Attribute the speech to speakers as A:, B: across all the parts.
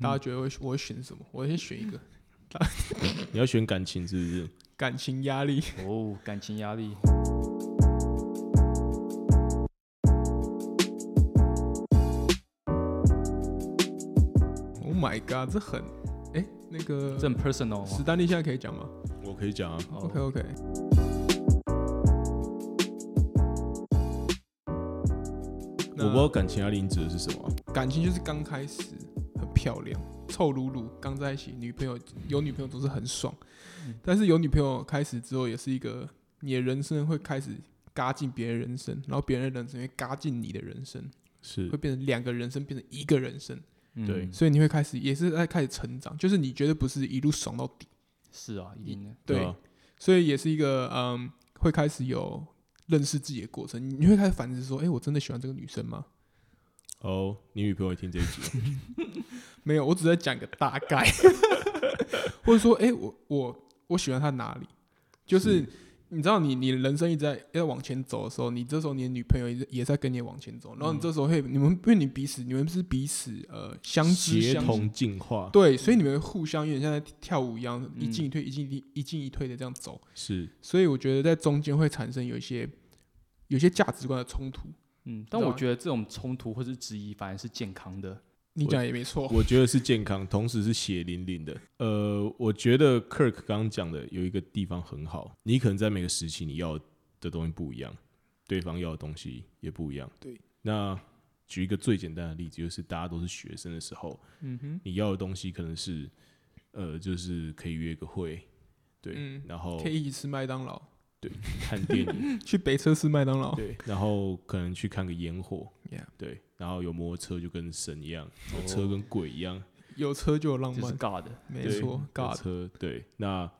A: 大家觉得我会我会选什么？我先选一个
B: 你要选感情是不是？
A: 感情压力。
C: 哦，感情压力，
A: Oh my god，这很哎、那个
C: 这很 personal
A: 史
C: 哦。
A: 丹利现在可以讲吗
B: 我可以讲啊，
C: 哦
A: ？OK OK，
B: 我不知道感情压力你指的是什么啊、
A: 感情就是刚开始很漂亮，臭鲁鲁刚在一起，女朋友有女朋友总是很爽，
B: 嗯
A: 但是有女朋友开始之后，也是一个你的人生会开始嘎进别人人生，然后别人的人生会嘎进你的人生，
B: 是
A: 会变成两个人生变成一个人生，
C: 嗯
B: 对
A: 所以你会开始也是在开始成长，就是你绝对不是一路爽到底，
C: 是啊，一定的。
A: 对，
B: 啊
A: 所以也是一个嗯，会开始有认识自己的过程，你你会开始反思说，哎、我真的喜欢这个女生吗？
B: 哦，你女朋友也听这一集，
A: 没有，我只是在讲个大概， 或者说，哎、我我我喜欢他哪里？就是
B: 是
A: 你知道你，你人生一直在要往前走的时候，你这时候你的女朋友也在也在跟你往前走，然后你这时候会，你们因为你彼此，你们是彼此呃相知
B: 协
A: 相惜
B: 同进化，
A: 对，所以你们互相有点像在跳舞一样，一
C: 嗯
A: 进一退，一进一一进一退的这样走，
B: 是
A: 所以我觉得在中间会产生有一些有一些价值观的冲突。
C: 嗯，但
A: 对啊
C: 我觉得这种冲突或是质疑反而是健康的。
A: 你讲得也没错，
B: 我觉得是健康，同时是血淋淋的。呃，我觉得 Kirk 刚刚讲的有一个地方很好，你可能在每个时期你要的东西不一样，对方要的东西也不一样。
A: 对，
B: 那举一个最简单的例子，就是大家都是学生的时候，
A: 嗯哼，
B: 你要的东西可能是，呃，就是可以约个会，对，
A: 嗯
B: 然 后
A: 可以一起吃麦当劳，
B: 看电影，
A: 去北车吃麦当劳。
B: 对，然后可能去看个烟火，
A: Yeah
B: 对，然后有摩托车就跟神一样，有
C: 哦
B: 车跟鬼一样，
A: 有车就有浪
C: 就是
A: 漫，
C: 尬 的，
A: 没
B: 对
A: 错
B: 有
A: ，God
B: 车，对，那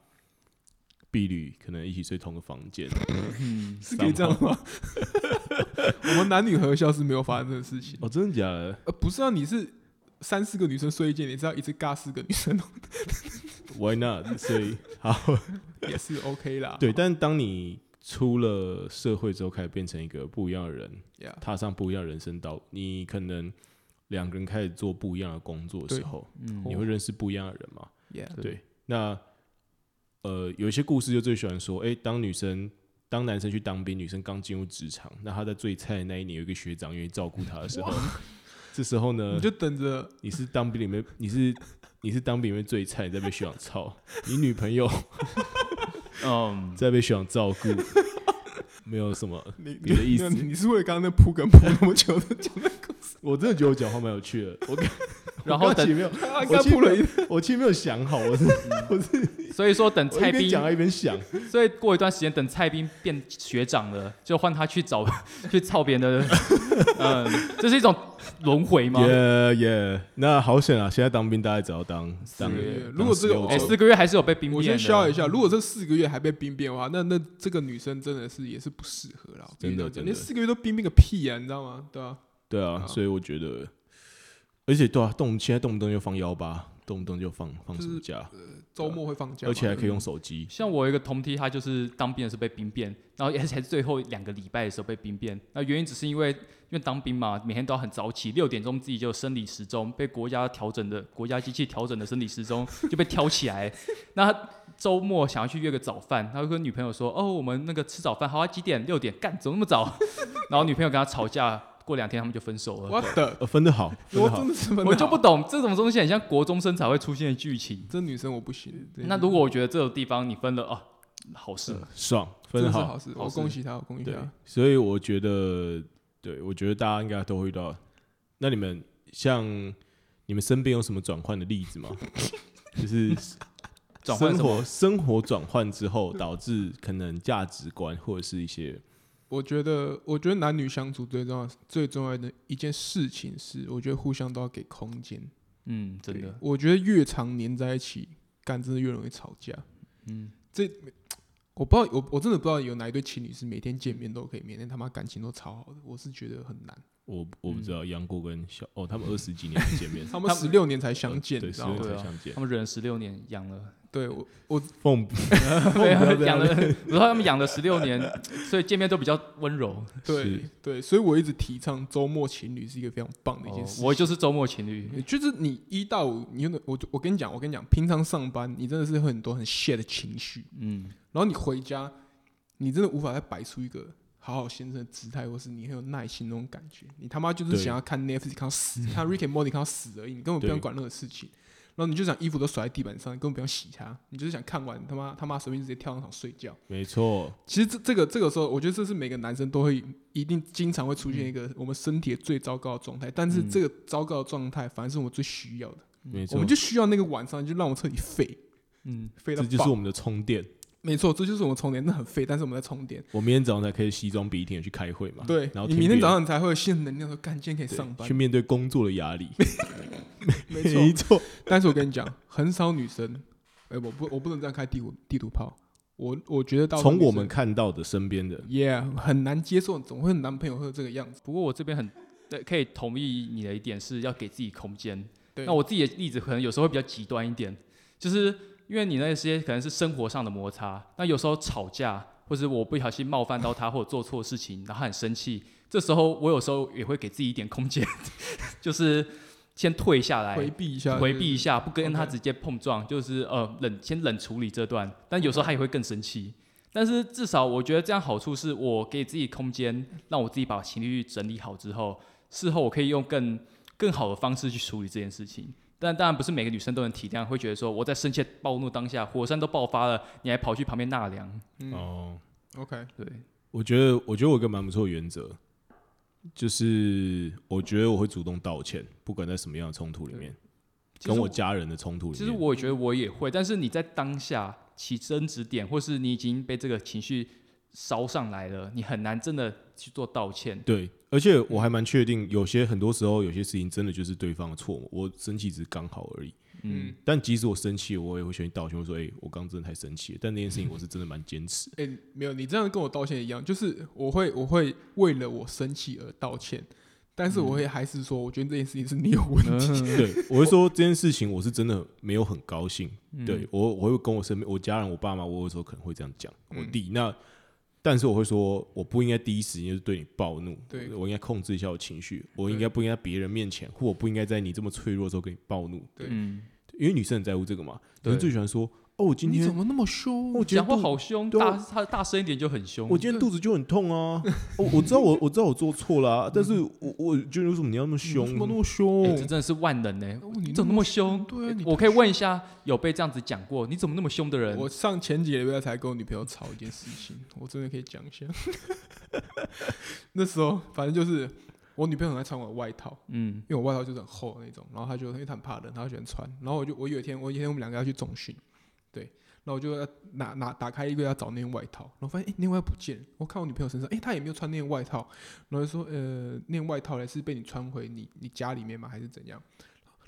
B: 婢女可能一起睡同个房间，
C: 嗯，
A: 是可以这样吗？ 我们男女合校是没有发生这个事情。
B: 哦，真的假的？
A: 呃，不是啊，你是三四个女生睡一间，你是要一次尬四个女生，
B: Why not？所以好，
A: 也是 OK 啦。
B: 对，但当你出了社会之后，开始变成一个不一样的人，
A: ，Yeah，
B: 踏上不一样的人生道，你可能两个人开始做不一样的工作的时
A: 对哦
B: 候，
C: 嗯，
B: 你会认识不一样的人嘛？
A: Yeah，
C: 对
B: 对，那呃，有一些故事就最喜欢说，哎、当女生。当男生去当兵，女生刚进入职场，那她在最菜的那一年，有一个学长愿意照顾她的时候，这时候呢，
A: 你就等着
B: 你是当兵里面，你是你是当兵里面最菜，你在被学长操，你女朋
C: 哦
B: 友
C: 嗯，
B: 在被学长照顾， 没有什么。
A: 你
B: 别的意思
A: 你你是为了刚刚那铺梗铺那么久 的讲的故事，
B: 我真的觉得我讲话蛮有趣的，我刚
C: 然后
B: 我刚其
C: 等，
B: 实没有，
A: 他
B: 我
A: 刚
B: 其实
A: 铺了
B: 没
A: 一
B: 有，我其实没有想好，我是
C: 嗯
B: 我是
C: 所以 说等
B: 我一
C: 蔡
B: 边
C: 斌，
B: 讲一边想，
C: 所以过一段时间等蔡斌变学长了，就换他去找去操别人的，嗯，这是一种轮 回吗？
B: 耶耶，那好险啊！现在当兵大家只要当当
A: 个月
B: 当
A: 如果这个哦
B: 16
C: 哎，
A: 我
C: 四个月还是有被兵
A: 我
C: 变
A: 先
C: 的，
A: 消一
B: 嗯
A: 下，如果这四个月还被兵变的话，那那这个女生真的是也是不适合啦。我必须
B: 真的
A: 这样讲
B: 真的
A: 那四个月都兵变个屁啊，你知道吗？对啊，
B: 对啊，
A: 啊
B: 所以我觉得，而且对啊，动现在动不动就放幺八，动不动就放放
A: 就是
B: 暑假，
A: 周末会放假嘛，
B: 而且还可以
A: 对
B: 用手机，
C: 像我有一个同梯，他就是当兵的时候被兵变，然后 而且还是最后两个礼拜的时候被兵变。那原因只是因为因为当兵嘛，每天都要很早起，六点钟自己就生理时钟被国家调整的国家机器调整的生理时钟 就被挑起来。那他周末想要去约个早饭，他就跟女朋友说：“哦，我们那个吃早饭，好啊，几点？六点？干，怎么那么早？” 然后女朋友跟他吵架，过两天他们就分手了。
A: What the？
B: 呃，分的 好，分
A: 我
B: 的好
A: 真，的是分
C: 我
A: 得
C: 就
A: 好
C: 不懂这种东西，很像国中生才会出现的剧情。
A: 这女生我不行。对
C: 那如果我觉得这种地方你分了哦，好事
B: 嗯爽，
A: 真
B: 分
A: 的
B: 的
A: 是
B: 好
A: 好，事，
C: 好
A: 我
C: 事
A: 恭喜她，我恭喜
B: 对
A: 她。，
B: 所以我觉得，对我觉得大家应该都会遇到。那你们像你们身边有什么转换的例子吗？ 就是
C: 转换
B: 生
C: 什么？
B: 活生活转换之后，导致可能价值观或者是一些
A: 我觉得，我觉得男女相处最重要、最重要的一件事情是，我觉得互相都要给空间。
C: 嗯，真
A: 对
C: 的。
A: 我觉得越常黏在一起，干真的越容易吵架。
C: 嗯，
A: 我不知道，我我真的不知道有哪一对情侣是每天见面都可以，每天他妈感情都超好的。我是觉得很难，
B: 我我
A: 嗯，
B: 不知道杨过跟小哦，他们二十几年没见面呃
A: 他们十六年才相见，
B: 对，
A: 你知
B: 十
A: 道
B: 年
A: 吗？
B: 才
C: 对啊
B: 相见
C: 他，们忍十六年养了，
A: 对我
B: 凤
C: 对
B: 不要这，样
C: 养了，我说他们养了十六年， 所以见面都比较温柔。
A: 对对，所以我一直提倡周末情侣是一个非常棒的一
C: 哦
A: 件事情。
C: 我就是嗯周末情侣，
A: 就是你一到五，你有我就我跟你讲，我跟你讲，平常上班你真的是会很多很 shit 的情绪，
C: 嗯，
A: 然后你回家，你真的无法再摆出一个好好先生的姿态，或是你很有耐心那种感觉。你他妈就是
B: 对
A: 想要看 Netflix 看到 死，看 Rick and Morty 看到死而已，你根本不
B: 对
A: 想管任何事情。然后你就想衣服都甩在地板上，你根本不想洗它，你就是想看完他妈他妈随便直接跳上床睡觉。
B: 没错，
A: 其实这这个这个时候，我觉得这是每个男生都会一定经常会出
B: 嗯
A: 现一个我们身体的最糟糕的状态，但是
C: 嗯
A: 这个糟糕的状态反而是我们最需要的，嗯
B: 没
A: 我
B: 错
A: 们，就需要那个晚上就让我彻底废
C: 嗯，
A: 废到爆，
B: 这就是我们的充电。
A: 没错，这就是我们充电，那很废，但是我们在充电。
B: 我明天早上才可以西装笔挺的去开会嘛，
A: 对
B: 嗯然后，
A: 你
B: 听
A: 明天
B: 别人
A: 早上你才会有新的能量，说干，今天可以上班
B: 去，面对工作的压力，
A: 没
B: 没
A: 错。
B: 错，
A: 但是我跟你讲，很少女生，哎，我不我不能这样开地图地图炮，我我觉得到
B: 从我们看到的身边的，
A: ，yeah，很难接受，总会有男朋友会有这个样子。
C: 不过我这边很对，可以同意你的一点是要给自己空间。
A: 对
C: 那我自己的例子可能有时候会比较极端一点，就是因为你那些可能是生活上的摩擦，那有时候吵架，或者我不小心冒犯到他，或者做错事情，然后他很生气，这时候我有时候也会给自己一点空间， 就是先退下
B: 哎
C: 来，
A: 回避一下，
C: 回避一下，不跟
A: OK
C: 他直接碰撞，就是呃冷先冷处理这段。但有时候他也会更生气。但是至少我觉得这样好处是我给自己空间，让我自己把情绪整理好之后，事后我可以用更更好的方式去处理这件事情。但当然不是每个女生都能体谅，会觉得说我在生气暴怒当下，火山都爆发了，你还跑去旁边纳凉，
A: 嗯
B: 哦，
A: 就是。OK，
C: 对，
B: 我觉得，我觉得我有个蛮不错的原则，就是我觉得我会主动道歉，不管在什么样的冲突里面，
C: 其实
B: 跟我家人的冲突里面，
C: 其实我也觉得我也会，但是你在当下起争执点，或是你已经被这个情绪烧上来了，你很难真的去做道歉。
B: 对，而且我还蛮确定，有些很多时候有些事情真的就是对方的错，我生气只是刚好而已。
C: 嗯，
B: 但即使我生气，我也会选择道歉，我说：“哎、我刚真的太生气了。”但那件
A: 嗯
B: 事情我是真的蛮 坚持。
A: 哎、没有，你这样跟我道歉一样，就是我会我会为了我生气而道歉，但是我
C: 嗯
A: 会还是说，我觉得这件事情是你有问题。
B: 对，我会说这件事情我是真的没有很高兴。
C: 嗯
A: 嗯
B: 对我，我会跟我身边我家人、我爸妈，我有时候可能会这样讲，我
A: 嗯
B: 弟、那。但是我会说，我不应该第一时间就对你暴怒，
A: 对
B: 我应该控制一下我情绪，我
A: 对
B: 应该不应该在别人面前，或我不应该在你这么脆弱的时候跟你暴怒，
A: 对
C: 嗯，
B: 因为女生很在乎这个嘛，女
C: 对
B: 生最喜欢说：“哦，我今
A: 你
B: 天
A: 怎么那么凶？
B: 我今
C: 讲
B: 天肚
C: 话好凶，
B: 对
C: 大
B: 啊
C: 他大声一点就很凶。
B: 我今天肚子就很痛 啊，我我知道我我知道我做错了、啊，但是我我觉得为什么你要那么
A: 你怎
B: 凶？
A: 么那么凶？
C: 哎这真的是万能呢、
A: 哦你
C: 你怎么那么凶？
A: 对啊，你
C: 我可以问一下，有被这样子讲过？你怎么那么凶的人？
A: 我上前几个礼拜才跟我女朋友吵一件事情，我真的可以讲一下。 那时候反正就是我女朋友很爱穿我的外套，
C: 嗯
A: 因为我外套就是很厚的那种，然后她就因为她很怕冷，她就喜欢穿。然后我就我有一天，我有一天我们两个要去总训，对，然后我就要拿拿打开衣柜要找那件外套，然后发现哎、诶那件外套不见了。我看我女朋友身上，哎、她也没有穿那件外套，然后就说呃那件外套嘞是被你穿回你你家里面吗还是怎样？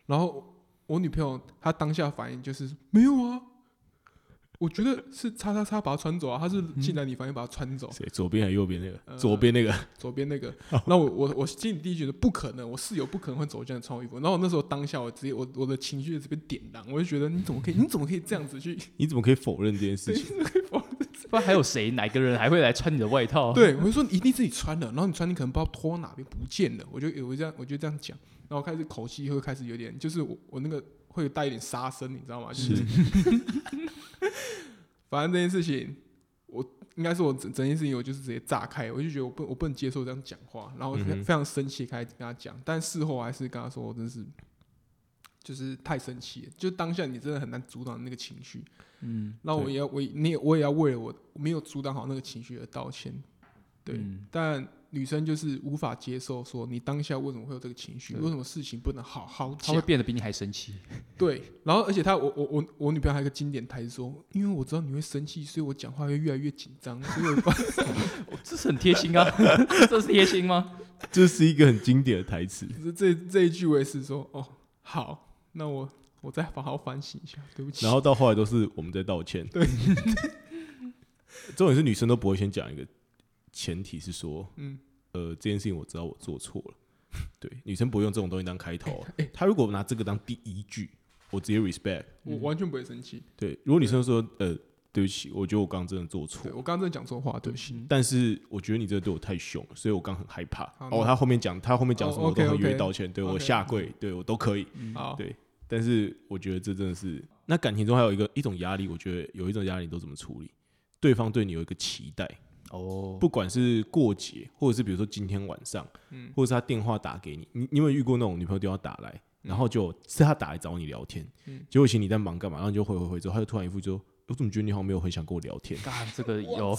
A: 然后我女朋友她当下反应就是没有啊。我觉得是叉叉叉把它穿走啊，她是进来你房间把它穿走，
B: 谁？左边还是右边那个？
A: 呃
B: 左边那个。
A: 左边那个，那我我我心里第一觉得不可能，我室友不可能会走进来穿我衣服。然后我那时候当下我直接我我的情绪就直接点燃，我就觉得你怎么可以你怎么可以这样子去？
B: 你怎么可以否认这件事情？
C: 不然还有谁？哪个人还会来穿你的外
B: 哦
C: 套？，
A: 对，我就说你一定是你穿了，然后你穿你可能不知道脱哪边不见了，我就我就这样我就这样讲，然后开始口气会开始有点就是我我那个会带一点杀声，你知道吗？就是
B: 是
A: 反正这件事情，我应该是我整整件事情，我就是直接炸开，我就觉得我不我不能接受这样讲话，然后非
B: 嗯哼
A: 非常生气，开始跟他讲。但事后我还是跟他说，我真是就是太生气了，就当下你真的很难阻挡那个情绪。
C: 嗯，
A: 那我
B: 对
A: 也要我也你也我也要为了我没有阻挡好那个情绪而道歉。对，
C: 嗯
A: 但女生就是无法接受说你当下为什么会有这个情绪，
C: 对
A: 为什么事情不能好好
C: 他
A: 讲
C: 会？变得比你还生气。
A: 对，然后而且他我我我我女朋友还有一个经典台词说，因为我知道你会生气，所以我讲话会越来越紧张，所以我把
C: 这是很贴心啊，这是贴心吗？
B: 这是一个很经典的台词。
A: 这这这一句我也是说哦好，那我我再好好反省一下，对不起。
B: 然后到后来都是我们在道歉。对， 重点是女生都不会先讲一个前提是说，
A: 嗯
B: 呃，这件事情我知道我做错了。对，女生不会用这种东西当开头啊。她如果拿这个当第一句，我直接 respect。
A: 我完全不会生气。
B: 对，如果女生说呃对不起，我觉得我刚刚真的做错
A: 对，我刚刚真的讲错话，对不起。
C: 嗯
B: 但是我觉得你这个对我太凶，所以我刚很害怕。
A: 好
B: 哦，
A: 那
B: 他后面讲他后面讲什
A: 哦
B: 么我都很愿
A: OK，OK
B: 意道歉，对我
A: OK
B: 下跪，对我都可以。
A: 好，
B: 嗯对但是我觉得这真的是，那感情中还有一个一种压力，我觉得有一种压力你都怎么处理？对方对你有一个期待，
C: 哦，
B: 不管是过节，或者是比如说今天晚上，
A: 嗯
B: 或者是他电话打给你，你你有没有遇过那种女朋友电话打来，然后就是他打来找你聊天，
A: 嗯
B: 结果其实你在忙干嘛，然后你就回回回之后，他就突然一副就说，我怎么觉得你好像没有很想跟我聊天，
C: 干这个有，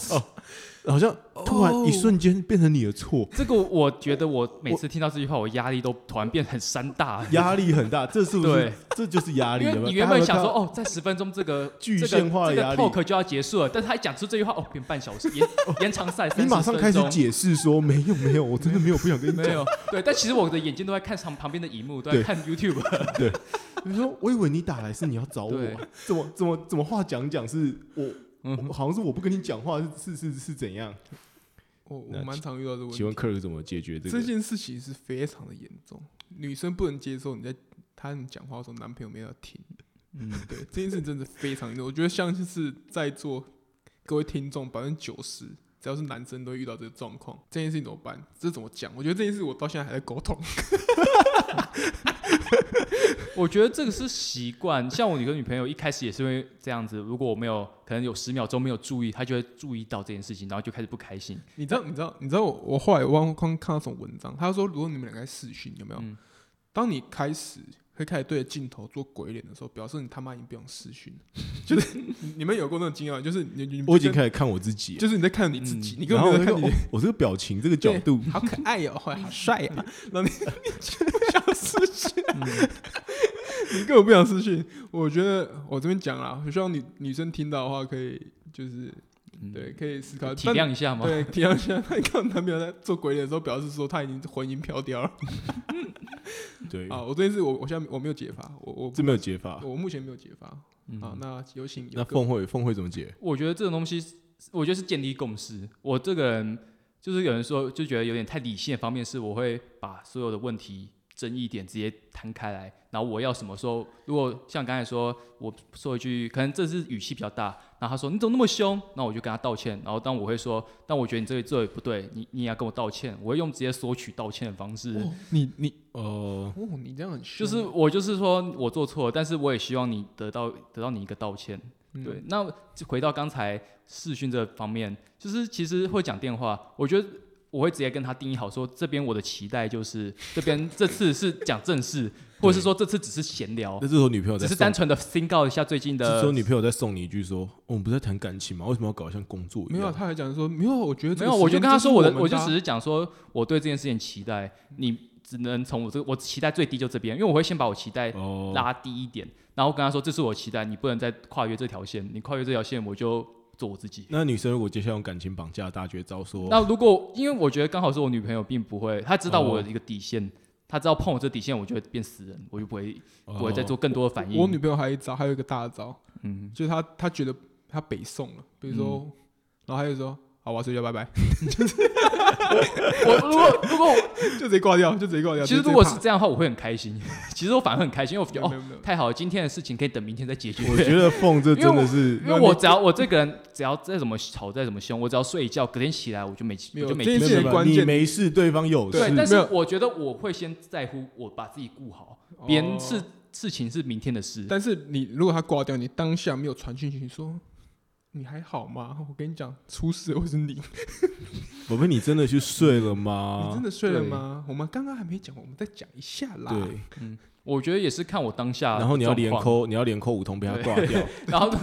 B: 好像突然一瞬间变成你的错，
C: 这个我觉得我每次听到这句话，我压力都突然变很山大。
B: 压力很大，这是不是
C: 对？
B: 这就是压力
C: 因
B: 了
C: 为
B: 吧。
C: 你原本
B: 大家
C: 想
B: 有没有看
C: 说，
B: 到，
C: 哦，在十分钟这个
B: 具象化的
C: 这个
B: 压
C: 这
B: 力
C: 个 talk 就要结束了，但是他一讲出这句话，哦，变半小时，延延长赛30 分
B: 你
C: 钟，
B: 马上开始解释说没有没有，我真的没有不想跟你
C: 没
B: 讲。
C: 有，对，但其实我的眼睛都在看旁旁边的荧幕，都在
B: 对
C: 看 YouTube。
B: 你说我以为你打来是你要找我
C: 对，
B: 怎么怎么怎么话讲讲是我。
C: 嗯
B: 我好像是我不跟你讲话，是是是是怎样？
A: 我我
B: 那
A: 蛮常遇到这个问
B: 请
A: 题。
B: 问克 k 怎么解决这
A: 这
B: 个？
A: 件事情是非常的严重，女生不能接受你在她们讲话的时候，男朋友没有听。
C: 嗯，
A: 对，这件事真的非常严重。我觉得像是在座各位听众百分之九十，只要是男生都会遇到这个状况。这件事情怎么办？这怎么讲？我觉得这件事我到现在还在沟通。
C: 我觉得这个是习惯，像我有个女朋友一开始也是会这样子，如果我没有可能有十秒钟没有注意，她就会注意到这件事情，然后就开始不开心。
A: 你知道，你知道，你知道我我后来我忘刚看到什么文章，他说如果你们两个在视讯，有没有？
C: 嗯
A: 当你开始会开始对着镜头做鬼脸的时候，表示你他妈已经不想视讯了。就是你 你们有过那种经验吗？就是你你
B: 我已经
A: 看，
B: 开始看我自己了，
A: 就是你在看你自己，
C: 嗯
A: 你根
B: 然
A: 本
B: 后
A: 没有在看你
B: 我就说哦我这个表情、这个角度，
A: 好可爱哟、或者好帅
C: 啊
A: 呀、嗯然后你你就不想失去，
C: 嗯
A: 你根本不想失去。我觉得我这边讲啦，我希望女女生听到的话，可以就是
C: 嗯，
A: 对，可以思考，
C: 体谅一下
A: 但
C: 嘛。
A: 对体谅一下。她看到男朋友在做鬼脸的时候，表示说他已经魂萦飘掉了。
B: 对，
A: 啊，我这件事我我现在我没有解法，我我
B: 这没有解法。
A: 我目前没有解法。
C: 嗯
A: 啊，那有请
B: 那
A: 有个
B: 凤会凤会怎么解？
C: 我觉得这种东西，我觉得是建立共识。我这个人就是有人说，就觉得有点太理性的方面，是我会把所有的问题、争议点直接摊开来，然后我要什么时候，如果像刚才说，我说一句，可能这是语气比较大，然后他说你怎么那么凶，那我就跟他道歉，然后当我会说，但我觉得你这里做的不对，你你也要跟我道歉，我会用直接索取道歉的方式。
A: 哦，你你
B: 哦，
A: 哦，你这样很
C: 就
A: 凶
C: 是我就是说我做错了，但是我也希望你得到得到你一个道歉。
A: 嗯
C: 对，那就回到刚才视讯这方面，就是其实会讲电话，我觉得我会直接跟他定义好说，这边我的期待就是这边这次是讲正事，或者是说这次只是闲聊
B: 那，这时候女朋友在
C: 只是
B: 送
C: 单纯的 think out 一下最近
B: 这
C: 的
B: 时候。女朋友在送你一句说：“哦我们不是在谈感情吗？为什么要搞得像工作一
A: 没有，啊
B: 样
A: 他还讲说没有，我觉得这
C: 没
A: 个
C: 有，我
A: 时
C: 就
A: 间
C: 跟他
A: 是
C: 说我的，
A: 们
C: 我就
A: 啊
C: 只是讲说我对这件事情期待，你只能从我这我期待最低就这边，因为我会先把我期待？”
B: 哦，
C: 拉低一点，然后跟他说这是我期待，你不能再跨越这条线，你跨越这条线我就做我自己。
B: 那女生如果接下来用感情绑架大绝招说，
C: 那如果因为我觉得刚好是我女朋友，并不会，她知道我
B: 哦
C: 有一个底线，她知道碰我这底线，我就会变死人，我就不会不会再做
B: 哦
C: 更多的反应。
A: 我女朋友还有一招，还有一个大招，
C: 嗯，
A: 就是她她觉得她北宋了，比如说，然后她就说好，我要睡觉，拜拜，
C: 我如果如果
A: 就直接挂掉，就直接挂掉。
C: 其实
A: 啊就
C: 如果
A: 直
C: 是
A: 接
C: 这样的话，我会很开 心。其实我反而会很开心，因为我
A: 怕
C: 觉得
A: 没
C: 哦
A: 有没有没有
C: 太好了，今天的事情可以等明天再解决。
B: 我觉得凤这真的是
C: 因为我只要我这个人只要再怎么吵再怎么凶，我只要睡一觉，隔天起来我就没
A: 没
C: 我
A: 有
C: 就没
A: 这
B: 没
A: 件
B: 有
A: 事
B: 没
A: 情
B: 有
A: 关
B: 你
A: 键
B: 没事，对方有
A: 对
B: 事
C: 对，，
A: 没
C: 但是
A: 有
C: 我觉得我会先在乎我把自己顾好，别人是、事情是明天的事。
A: 哦但是你如果她挂掉，你当下没有传讯息说你还好吗？我跟你讲，出事的会是你，
B: 宝贝，你真的去睡了吗？
A: 你真的睡了
C: 啊对
A: 吗？我们刚刚还没讲，我们再讲一下啦。
B: 对，
C: 我觉得也是看我当下的
B: 然
C: 状况，
B: 后你要连扣，你要连扣五通被他挂掉，
C: 然后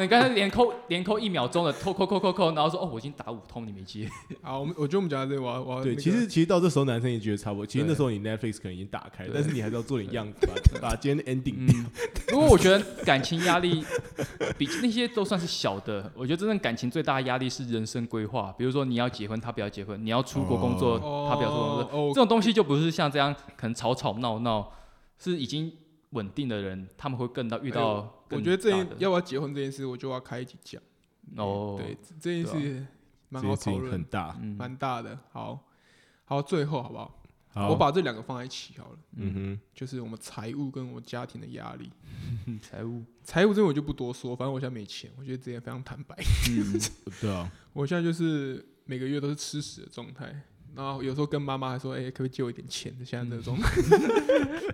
C: 你刚才连扣连扣一秒钟的扣扣扣扣扣，然后说哦我已经打五通你没接，
A: 好，我们我觉得我们讲到这里，我要我要
B: 对，
A: 哦那个
B: 其实其实到这时候男生也觉得差不多，其实
C: 对
B: 那时候你 Netflix 可能已经打开，
C: 对
B: 但是你还是要做点样子，把把今天的 ending
C: 嗯，如果我觉得感情压力比那些都算是小的，我觉得真正感情最大的压力是人生规划，比如说你要结婚他不要结婚，你要出国工作、
A: 哦
C: 他不要出国工作，
A: 哦
C: 这种东西就不是像这样可能吵吵闹闹，是已经稳定的人，他们会更到遇
A: 哎
C: 到
A: 我
C: 更
A: 觉得这
C: 大
A: 件
C: 的
A: 要不要结婚这件事，我就要开一集讲。
C: 哦，
A: 对，这件
C: 对啊
A: 事蛮
B: 这
A: 好
B: 件事
A: 讨
B: 情
A: 论
B: 很，大。
C: 嗯，
A: 蛮大的。好，好，最后好不好？
B: 好，
A: 我把这两个放在一起好了，
B: 嗯
A: 就是我们财务跟我家庭的压力。
C: 嗯，财务，
A: 财务这个我就不多说，反正我现在没钱，我觉得这点非常坦白。
C: 嗯，
B: 哼，对啊，
A: 我现在就是每个月都是吃屎的状态，然后有时候跟妈妈还说：“哎、可不可以借我一点钱？”现在这种、
B: 嗯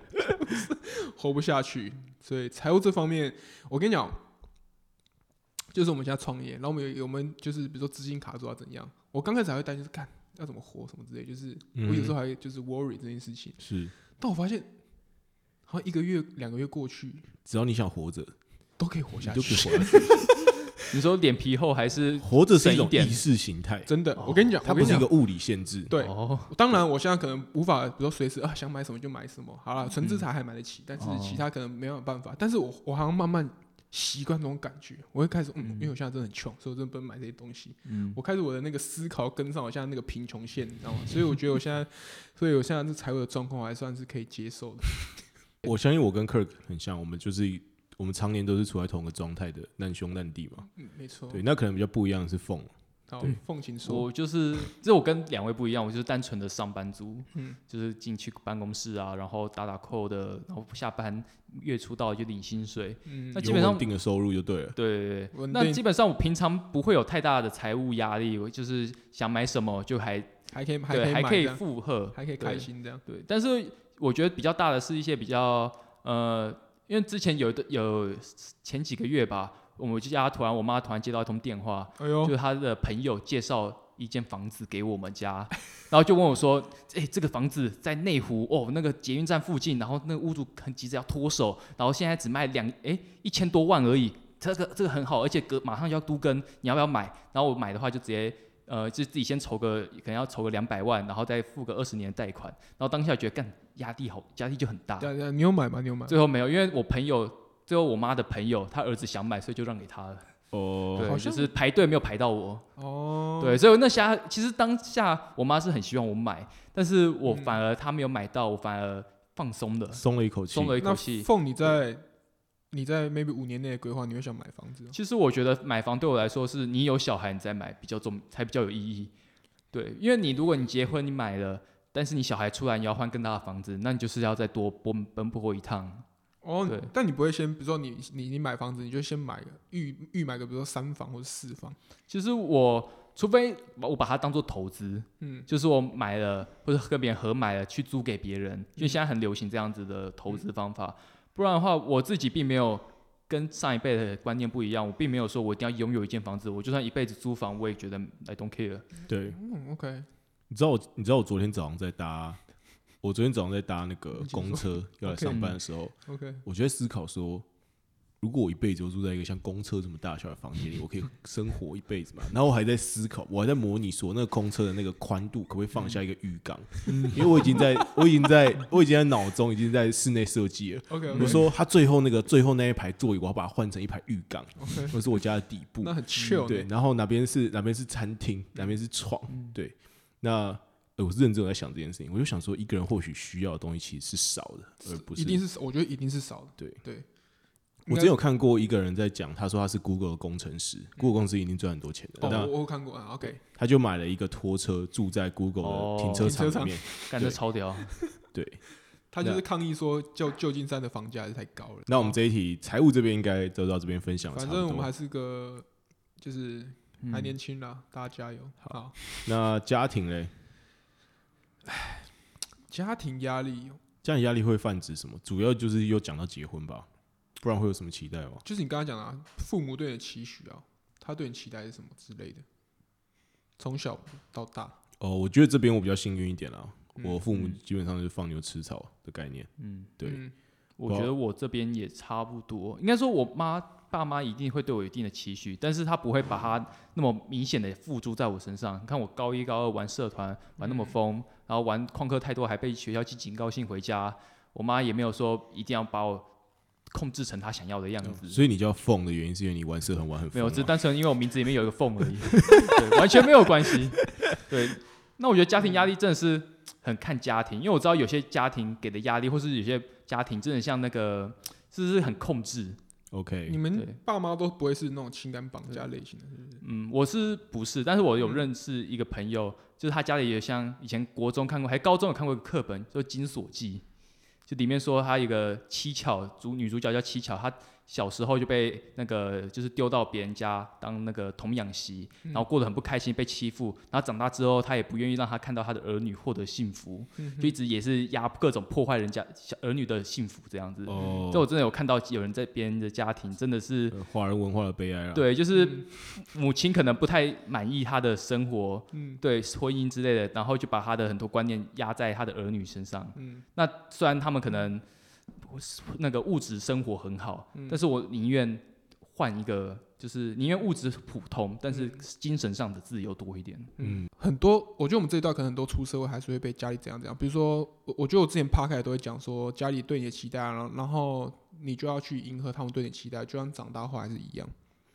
A: 活不下去，所以财务这方面，我跟你讲，就是我们现在创业，然后我们有我们就是比如说资金卡住要怎样，我刚开始还会担心是干要怎么活什么之类，就是我
B: 嗯
A: 有时候还就是 worry 这件事情，
B: 是，
A: 但我发现好像一个月两个月过去
B: 只要你想活着，
A: 都可以活
B: 你
A: 下
B: 就可以
A: 去，
B: 活下去。
C: 你说脸皮厚还是
B: 活着是一
C: 省
B: 种
C: 一点
B: 意识形态，
A: 真的，
C: 哦
A: 我跟你讲，
B: 它
A: 我
B: 不
A: 跟你
B: 是一
A: 讲
B: 个，物理限制。
A: 对，
C: 哦，
A: 当然，我现在可能无法，比如说随时啊想买什么就买什么，好了，纯制茶还买得起，但是
C: 嗯哦
A: 其他可能没有办法。但是我我好像慢慢习惯这种感觉，我会开始嗯，因为我现在真的很穷，所以我真的不能买这些东西。
C: 嗯，
A: 我开始我的那个思考跟上我现在那个贫穷线，你知道吗？ 所以我觉得我现在，所以我现在这财务的状况还算是可以接受的。
B: 我相信我跟 Kirk 很像，我们就是我们常年都是处在同一个状态的难兄难弟嘛。
A: 嗯，没错。
B: 对，那可能比较不一样的是凤，
A: 好
B: 对，
A: 凤琴说，
C: 我就是，这我跟两位不一样，我就是单纯的上班族，
A: 嗯
C: 就是进去办公室啊，然后打打扣的，然后下班月初到就领薪水，
A: 嗯
C: 那，基
B: 有
C: 本上
B: 稳定的收入就对了。
C: 对对对，
A: 稳
C: 那
A: 定
C: 基本上我平常不会有太大的财务压力，我就是想买什么就还
A: 还可以，还可
C: 对
A: 以
C: 还
A: 买
C: 可
A: 这
C: 以
A: 样，
C: 负荷，
A: 还可以
C: 对
A: 开心这样。
C: 对，但是我觉得比较大的是一些比较呃，因为之前有的有前几个月吧，我们家突然我妈突然接到一通电话，
A: 哎
C: 就
A: 呦，
C: 是她的朋友介绍一间房子给我们家，然后就问我说：“哎、这个房子在内湖哦，那个捷运站附近，然后那个屋主很急着要脱手，然后现在只卖两哎一千多万而已，这个这个很好，而且隔马上就要都更，你要不要买？”然后我买的话就直接。呃，就自己先筹个，可能要筹个两百万，然后再付个二十年的贷款，然后当下觉得干压力好，压力就很大。
A: 对对，你有买吗？你有买吗？
C: 最后没有，因为我朋友，最后我妈的朋友，他儿子想买，所以就让给他了。
B: 哦，
A: 好
C: 对，就
A: 像
C: 是排队没有排到我。
A: 哦，
C: 对，所以那下其实当下我妈是很希望我买，但是我
A: 嗯
C: 反而她没有买到，我反而放松了，
B: 松了一口气
C: 松。了一口
A: 那
C: 气。
A: 凤，你在你在 maybe 五年内的规划，你会想买房子吗？
C: 其实我觉得买房对我来说是你有小孩你再买比较重，才比较有意义。对，因为你如果你结婚你买了，但是你小孩出来你要换更大的房子，那你就是要再多奔奔波一趟。
A: 哦
C: 对，
A: 但你不会先，比如说你你你买房子，你就先买个预预买个，比如说三房或者四房，
C: 其实我除非我把它当做投资，
A: 嗯，
C: 就是我买了或者跟别人合买了去租给别人，因为现在很流行这样子的投资方法。不然的话，我自己并没有跟上一辈的观念不一样，我并没有说我一定要拥有一间房子，我就算一辈子租房，我也觉得 I don't care。
B: 对，
A: 嗯，OK，
B: 你知道我，你知道我昨天早上在搭，我昨天早上在搭那个
A: 你请
B: 公车要来
A: OK
B: 上班的时候，
A: OK，
B: 我就在思考说，如果我一辈子都住在一个像公车这么大小的房间里，我可以生活一辈子嘛？然后我还在思考，我还在模拟说，那个公车的那个宽度可不可以放下一个浴缸？因为我已经在，我已经在，我已经在脑中已经在室内设计了。
A: OK，
B: 我说他最后那个最后那一排座椅，我要把它换成一排浴缸，
A: OK，
B: 那是我家的底部。
A: 那很 chill，
B: 对，
A: 呢，
B: 然后哪边是哪边是餐
A: 嗯
B: 厅，哪边是床，对。那、呃我是认真有在想这件事情，我就想说，一个人或许需要的东西其实是少的，而不是
A: 一定是我觉得一定是少的，
B: 对
A: 对，
B: 我之前有看过一个人在讲，他说他是 Google 的工程师，Google 公司已经赚很多钱了，
A: 哦，我
B: 那
A: 我有看过啊，OK，
B: 他就买了一个拖车，住在 Google
C: 哦
B: 的停车
A: 停车
B: 场
A: 场
B: 里面。
C: 干这
B: 对
C: 超屌，
B: 对，
A: 他就是抗议说旧旧金山的房价还是太高了，
B: 那我们这一题财务这边应该就到这边分享，差
A: 反
B: 不
A: 正我们
B: 多。
A: 还是个就是
C: 嗯
A: 还年轻啦，大家加油，
B: 好
A: 好，
B: 那家庭嘞，
A: 家庭压力
B: 家庭压力会泛指什么？主要就是又讲到结婚吧，不然会有什么期待吗？
A: 就是你刚刚讲的、啊，父母对你的期许啊，他对你期待是什么之类的，从小到大，
B: 哦，我觉得这边我比较幸运一点啦，
A: 嗯
B: 我父母基本上就是放牛吃草的概念。
C: 嗯，
B: 对，
A: 嗯
C: 我觉得我这边也差不多，应该说我妈爸妈一定会对我有一定的期许，但是她不会把它那么明显的付诸在我身上。你看我高一高二玩社团玩那么疯，然后玩旷课太多，还被学校记警告信回家，我妈也没有说一定要把我控制成她想要的样子。
B: 所以你叫凤的原因是因为你玩社很玩很
C: 没
B: 疯啊
C: 有，
B: 吗，
C: 只是单纯因为我名字里面有一个凤而已， 对，完全没有关系。对，那我觉得家庭压力真的是很看家庭，因为我知道有些家庭给的压力，或是有些家庭真的像那个，就是很控制，
A: 你
B: OK，
A: 们
C: 对
A: 爸妈都不会是那种情感绑架类型的，是不是？
C: 嗯，我是不是？但是我
A: 嗯
C: 有认识一个朋友，就是他家里也像以前国中看过，还高中有看过一个课本，就是《金锁记》，就里面说他有一个七巧主女主角叫七巧，她小时候就被那个就是丢到别人家当那个童养媳，
A: 嗯
C: 然后过得很不开心，被欺负，然后长大之后，他也不愿意让他看到他的儿女获得幸福，
A: 嗯
C: 就一直也是压各种破坏人家小儿女的幸福这样子。这
B: 哦，
C: 我真的有看到有人在别人的家庭真的是。
B: 呃华人文化的悲哀啦。，
C: 对，就是
A: 嗯
C: 母亲可能不太满意她的生活，
A: 嗯
C: 对婚姻之类的，然后就把她的很多观念压在她的儿女身上。
A: 嗯
C: 那虽然他们可能那个物质生活很好，但是我宁愿换一个，就是宁愿物质普通，但是精神上的自由多一点。
A: 嗯，很多，我觉得我们这一代可能很多出社会还是会被家里怎样怎样。比如说，我我觉得我之前趴开都会讲说，家里对你的期待啊，然后然后你就要去迎合他们对你的期待，就像长大后还是一样。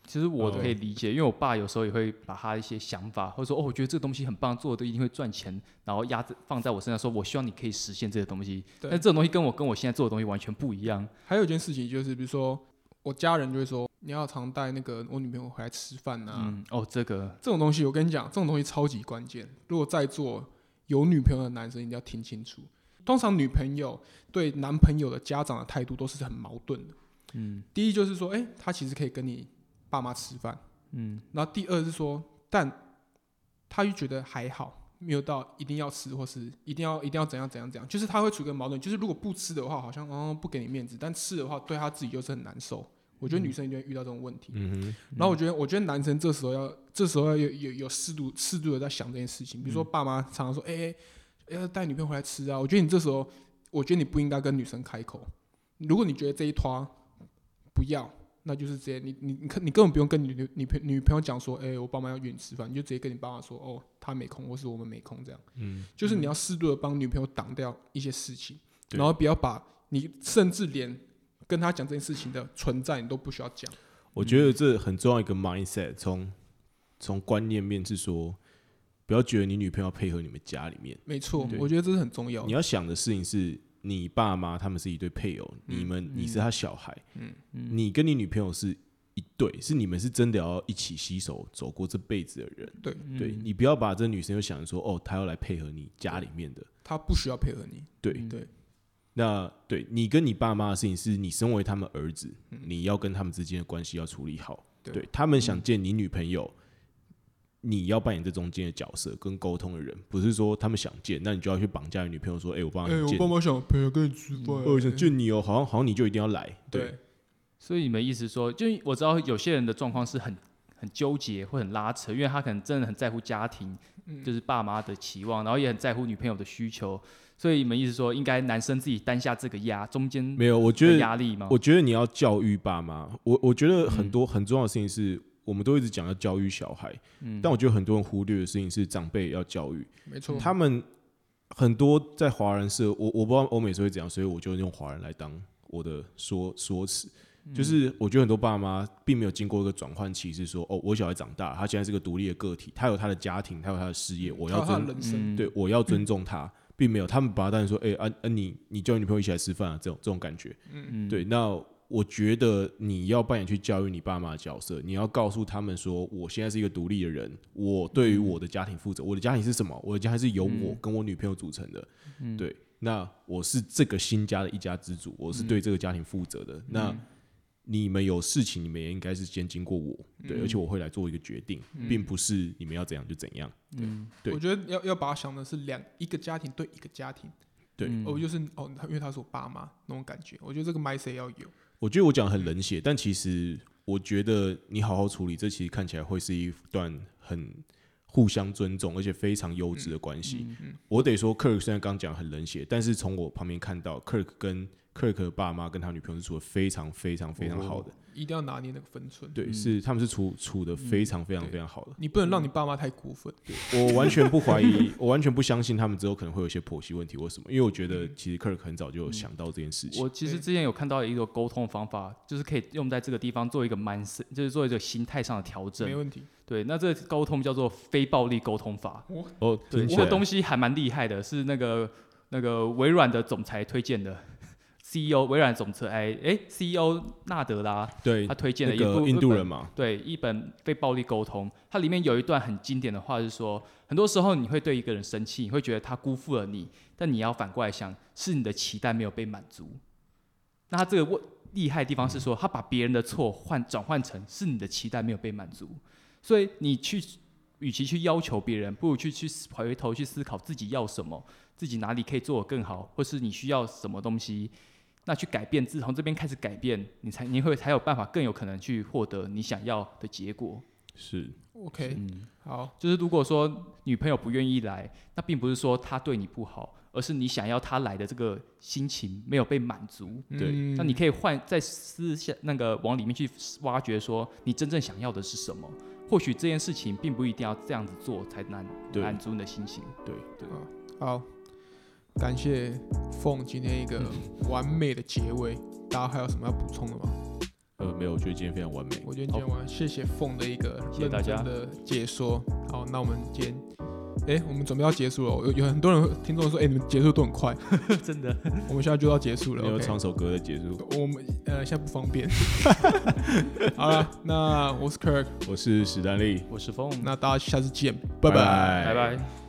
C: 其实我
B: 哦
C: 可以理解，因为我爸有时候也会把他一些想法，或者说哦，我觉得这个东西很棒，做的一定会赚钱，然后压在放在我身上，说我希望你可以实现这个东西。
A: 对
C: 但这种东西跟我跟我现在做的东西完全不一样。
A: 还有一件事情就是，比如说我家人就会说，你要常带那个我女朋友回来吃饭啊呐、
C: 嗯，哦，这个
A: 这种东西我跟你讲，这种东西超级关键。如果在座有女朋友的男生，一定要听清楚。通常女朋友对男朋友的家长的态度都是很矛盾的。
C: 嗯
A: 第一就是说，哎、他其实可以跟你爸妈吃饭。
C: 嗯
A: 然后第二是说，但他又觉得还好，没有到一定要吃，或是一定要一定要怎样怎样怎样，就是他会处于一个矛盾，就是如果不吃的话，好像哦不给你面子，但吃的话对他自己就是很难受。我
C: 嗯
A: 觉得女生一定会遇到这种问题。
B: 嗯
A: 然后我觉得，我觉得男生这时候要，这时候要有有有适度适度的在想这件事情。比如说，
B: 嗯
A: 爸妈常常说：“哎、哎要带女朋友回来吃啊。”我觉得你这时候，我觉得你不应该跟女生开口。如果你觉得这一拖不要，那就是直接你你你你根本不用跟你女女朋女朋友讲说：“哎、我爸妈要约你吃饭。”你就直接跟你爸妈说：“哦，他没空，或是我们没空。”这样
B: 哼，嗯，
A: 就是你要适度的帮女朋友挡掉一些事情，
B: 对
A: 然后不要把你甚至连跟她讲这件事情的存在你都不需要讲。
B: 我觉得这很重要一个 mindset，从从观念面是说，不要觉得你女朋友配合你们家里面，
A: 没错，
C: 对
A: 我觉得这是很重嗯要的
B: 你。要想的事情是。你爸妈他们是一对配偶，你们你是他小孩，
C: 嗯，
B: 你跟你女朋友是一对，是你们是真的要一起携手走过这辈子的人。
C: 嗯
B: 对你不要把这女生又想说哦，她要来配合你家里面的。
A: 他不需要配合你。
B: 对，
C: 嗯
A: 对，
B: 那对你跟你爸妈的事情，是你身为他们儿子，你要跟他们之间的关系要处理好。
A: 对
B: 他们想见你女朋友，你要扮演这中间的角色跟沟通的人，不是说他们想见，那你就要去绑架你女朋友说，哎、我帮
A: 哎、
B: 你
A: 我
B: 见
A: 爸
B: 你，
A: 妈想陪我跟你吃饭、
B: 我想见你哦，好像好像你就一定要来。对，
A: 对，
C: 所以你们意思说，就我知道有些人的状况是很很纠结，会很拉扯，因为他可能真的很在乎家庭，就是爸妈的期望，然后也很在乎女朋友的需求。所以你们意思说，应该男生自己担下这个压，中间
B: 没有，我觉
C: 的
B: 得
C: 哎压力吗？
B: 我觉得你要教育爸妈，我我觉得很多、很重要的事情是，我们都一直讲要教育小孩，但我觉得很多人忽略的事情是长辈要教育
A: 没错。
B: 他们。很多在华人社，我我不知道欧美社会怎样，所以我就用华人来当我的说说辞。就是我觉得很多爸妈并没有经过一个转换期，是说哦，我小孩长大，他现在是个独立的个体，他有他的家庭，他有他的事业，我要
A: 嗯他有他
B: 尊
A: 的人生，
C: 嗯
B: 对，我要尊重他，并没有他们把他当成说，哎、啊啊，你你叫你女朋友一起来吃饭啊，这种这种感觉，嗯，对，那。我觉得你要扮演去教育你爸妈的角色，你要告诉他们说，我现在是一个独立的人，我对于我的家庭负责，我的家庭是什么？我的家庭是由我跟我女朋友组成的，对，那我是这个新家的一家之主，我是对这个家庭负责的。那你们有事情，你们也应该是先经过我，对，而且我会来做一个决定，并不是你们要怎样就怎样，对
A: 我觉得要要把它想的是两一个家庭对一个家庭，
B: 对。
A: 哦，我就是哦，他因为他是我爸妈那种感觉，我觉得这个 mindset 要有。
B: 我觉得我讲得很冷血，但其实我觉得你好好处理，这其实看起来会是一段很互相尊重，而且非常优质的关系。
C: 嗯
B: 我得说，Kirk 虽然刚讲很冷血，但是从我旁边看到，Kirk 跟 Kirk 的爸妈跟他女朋友是处的非常非常非常
C: 哦
B: 好的，
A: 一定要拿捏那个分寸，
C: 嗯
B: 对，是他们是处处的非常非常非常好的。
A: 你不能让你爸妈太过分。
C: 嗯
B: 我完全不怀 疑，我完全不相信他们之后可能会有一些婆媳问题或什么，因为我觉
C: 嗯
B: 得其实 Kirk 很早就有想到这件事情。
C: 我其实之前有看到一个沟通的方法，就是可以用在这个地方做一个 mindset，就是做一个心态上的调整
A: 没。问题，
C: 对，那这个沟通叫做非暴力沟通法。
B: 哦，
C: 对，
B: 听起
C: 这
B: 来
C: 个东西还蛮厉害的，是那个那个微软的总裁推荐的， CEO 微软总裁哎、CEO 纳德拉
B: 对
C: 他，推荐了
B: 那
C: 一部
B: 个印度人嘛，
C: 对一本非暴力沟通，它里面有一段很经典的话是说，很多时候你会对一个人生气，你会觉得他辜负了你，但你要反过来想，是你的期待没有被满足。那他这个问厉害的地方是说，他把别人的错换转换成是你的期待没有被满足，所以你去，与其去要求别人，不如去去思回头去思考自己要什么，自己哪里可以做得更好，或是你需要什么东西，那去改变，自从这边开始改变，你才你会才有办法更有可能去获得你想要的结果。
B: 是
A: OK，
C: 嗯，
A: 好，
C: 就是如果说女朋友不愿意来，那并不是说她对你不好，而是你想要她来的这个心情没有被满足。
B: 对
A: 嗯
C: 那你可以换在私下那个往里面去挖掘，说你真正想要的是什么。或许这件事情并不一定要这样子做才能
B: 对
C: 满足你的心情。
B: 对
C: 对，
A: 好，感谢凤今天一个完美的结尾。大家还有什么要补充的吗？
B: 呃，没有，我觉得今天非常完美。
A: 我觉得今天晚上谢谢凤的一个
C: 谢谢
A: 认
C: 大家
A: 真的解说。好，那我们今天，哎、我们准备要结束了。哦有有很多人听众说，哎、你们结束都很快，
C: 真的，
A: 我们现在就要结束了。
B: 没有
A: OK
B: 唱首歌的结束。
A: 我们呃现在不方便。 好了，那我是 Kirk，
B: 我是史丹利，
C: 我是风，
A: 那大家下次见，拜
B: 拜
A: 拜
C: 拜拜。